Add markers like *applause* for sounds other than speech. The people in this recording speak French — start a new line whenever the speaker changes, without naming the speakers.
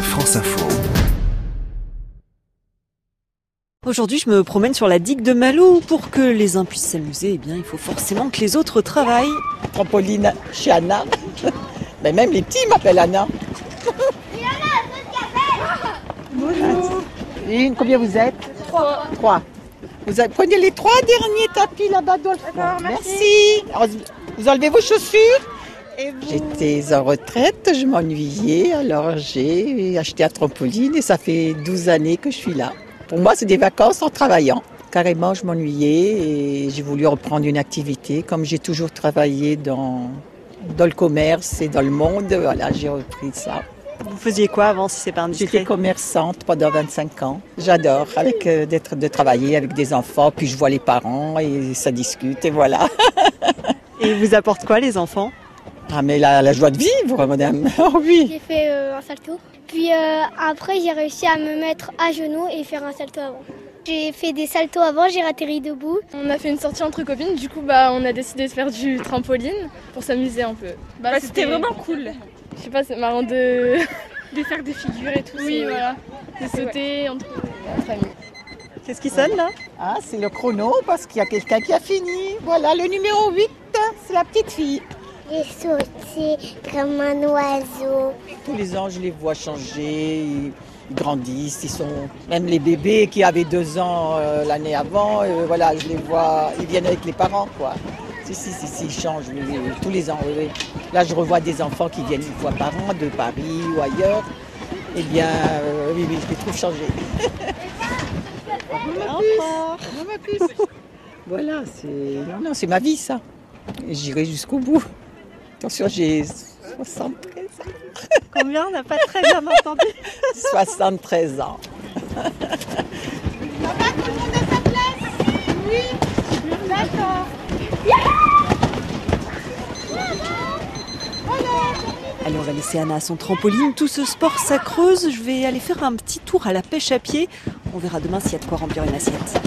France Info.
Aujourd'hui, je me promène sur la digue de Malo. Pour que les uns puissent s'amuser, eh bien, il faut forcément que les autres travaillent.
Trampoline chez Anna. *laughs* Mais même les petits m'appellent Anna. Une, combien vous êtes Trois. Trois. Vous avez- prenez les trois derniers tapis là-bas dans le fond. Merci. Alors, Vous enlevez vos chaussures. J'étais en retraite, je m'ennuyais, alors j'ai acheté un trampoline et ça fait 12 années que je suis là. Pour moi, c'est des vacances en travaillant. Carrément, je m'ennuyais et j'ai voulu reprendre une activité. Comme j'ai toujours travaillé dans, dans le commerce et dans le monde, voilà, j'ai repris ça.
Vous faisiez quoi avant, si c'est pas
J'étais
indiscret
commerçante pendant 25 ans. J'adore avec euh, d'être de travailler avec des enfants, puis je vois les parents et ça discute et voilà. *laughs*
Et ils vous apporte quoi, les enfants
Ah mais la, la joie de vivre, madame. *laughs* Oh oui.
J'ai fait euh, un salto. Puis euh, après, j'ai réussi à me mettre à genoux et faire un salto avant. J'ai fait des saltos avant, j'ai atterri debout.
On a fait une sortie entre copines, du coup bah on a décidé de faire du trampoline pour s'amuser un peu. Bah,
c'était vraiment cool
Je sais pas, c'est marrant de,
de faire des figures et tout.
oui,
c'est-
voilà, de sauter entre, entre amis.
Qu'est-ce qui sonne là
Ah, c'est le chrono parce qu'il y a quelqu'un qui a fini. Voilà, le numéro 8, c'est la petite fille.
J'ai sauté comme un oiseau.
Tous les ans, je les vois changer, ils ils grandissent, ils sont même les bébés qui avaient deux ans euh, l'année avant, euh, voilà, je les vois, ils viennent avec les parents, quoi. Si, si, si, si, ils changent oui, oui, oui, tous les ans, oui, oui. Là, je revois des enfants qui viennent une fois par an, de Paris ou ailleurs. Eh bien, euh, oui, oui, je les trouve changés.
Encore
Voilà, c'est non, c'est ma vie, ça. Et J'irai jusqu'au bout. Attention, j'ai 73 *laughs* ans.
Combien On n'a pas très bien entendu.
73 ans.
Allez, on va laisser Anna à son trampoline. Tout ce sport, ça creuse. Je vais aller faire un petit tour à la pêche à pied. On verra demain s'il y a de quoi remplir une assiette.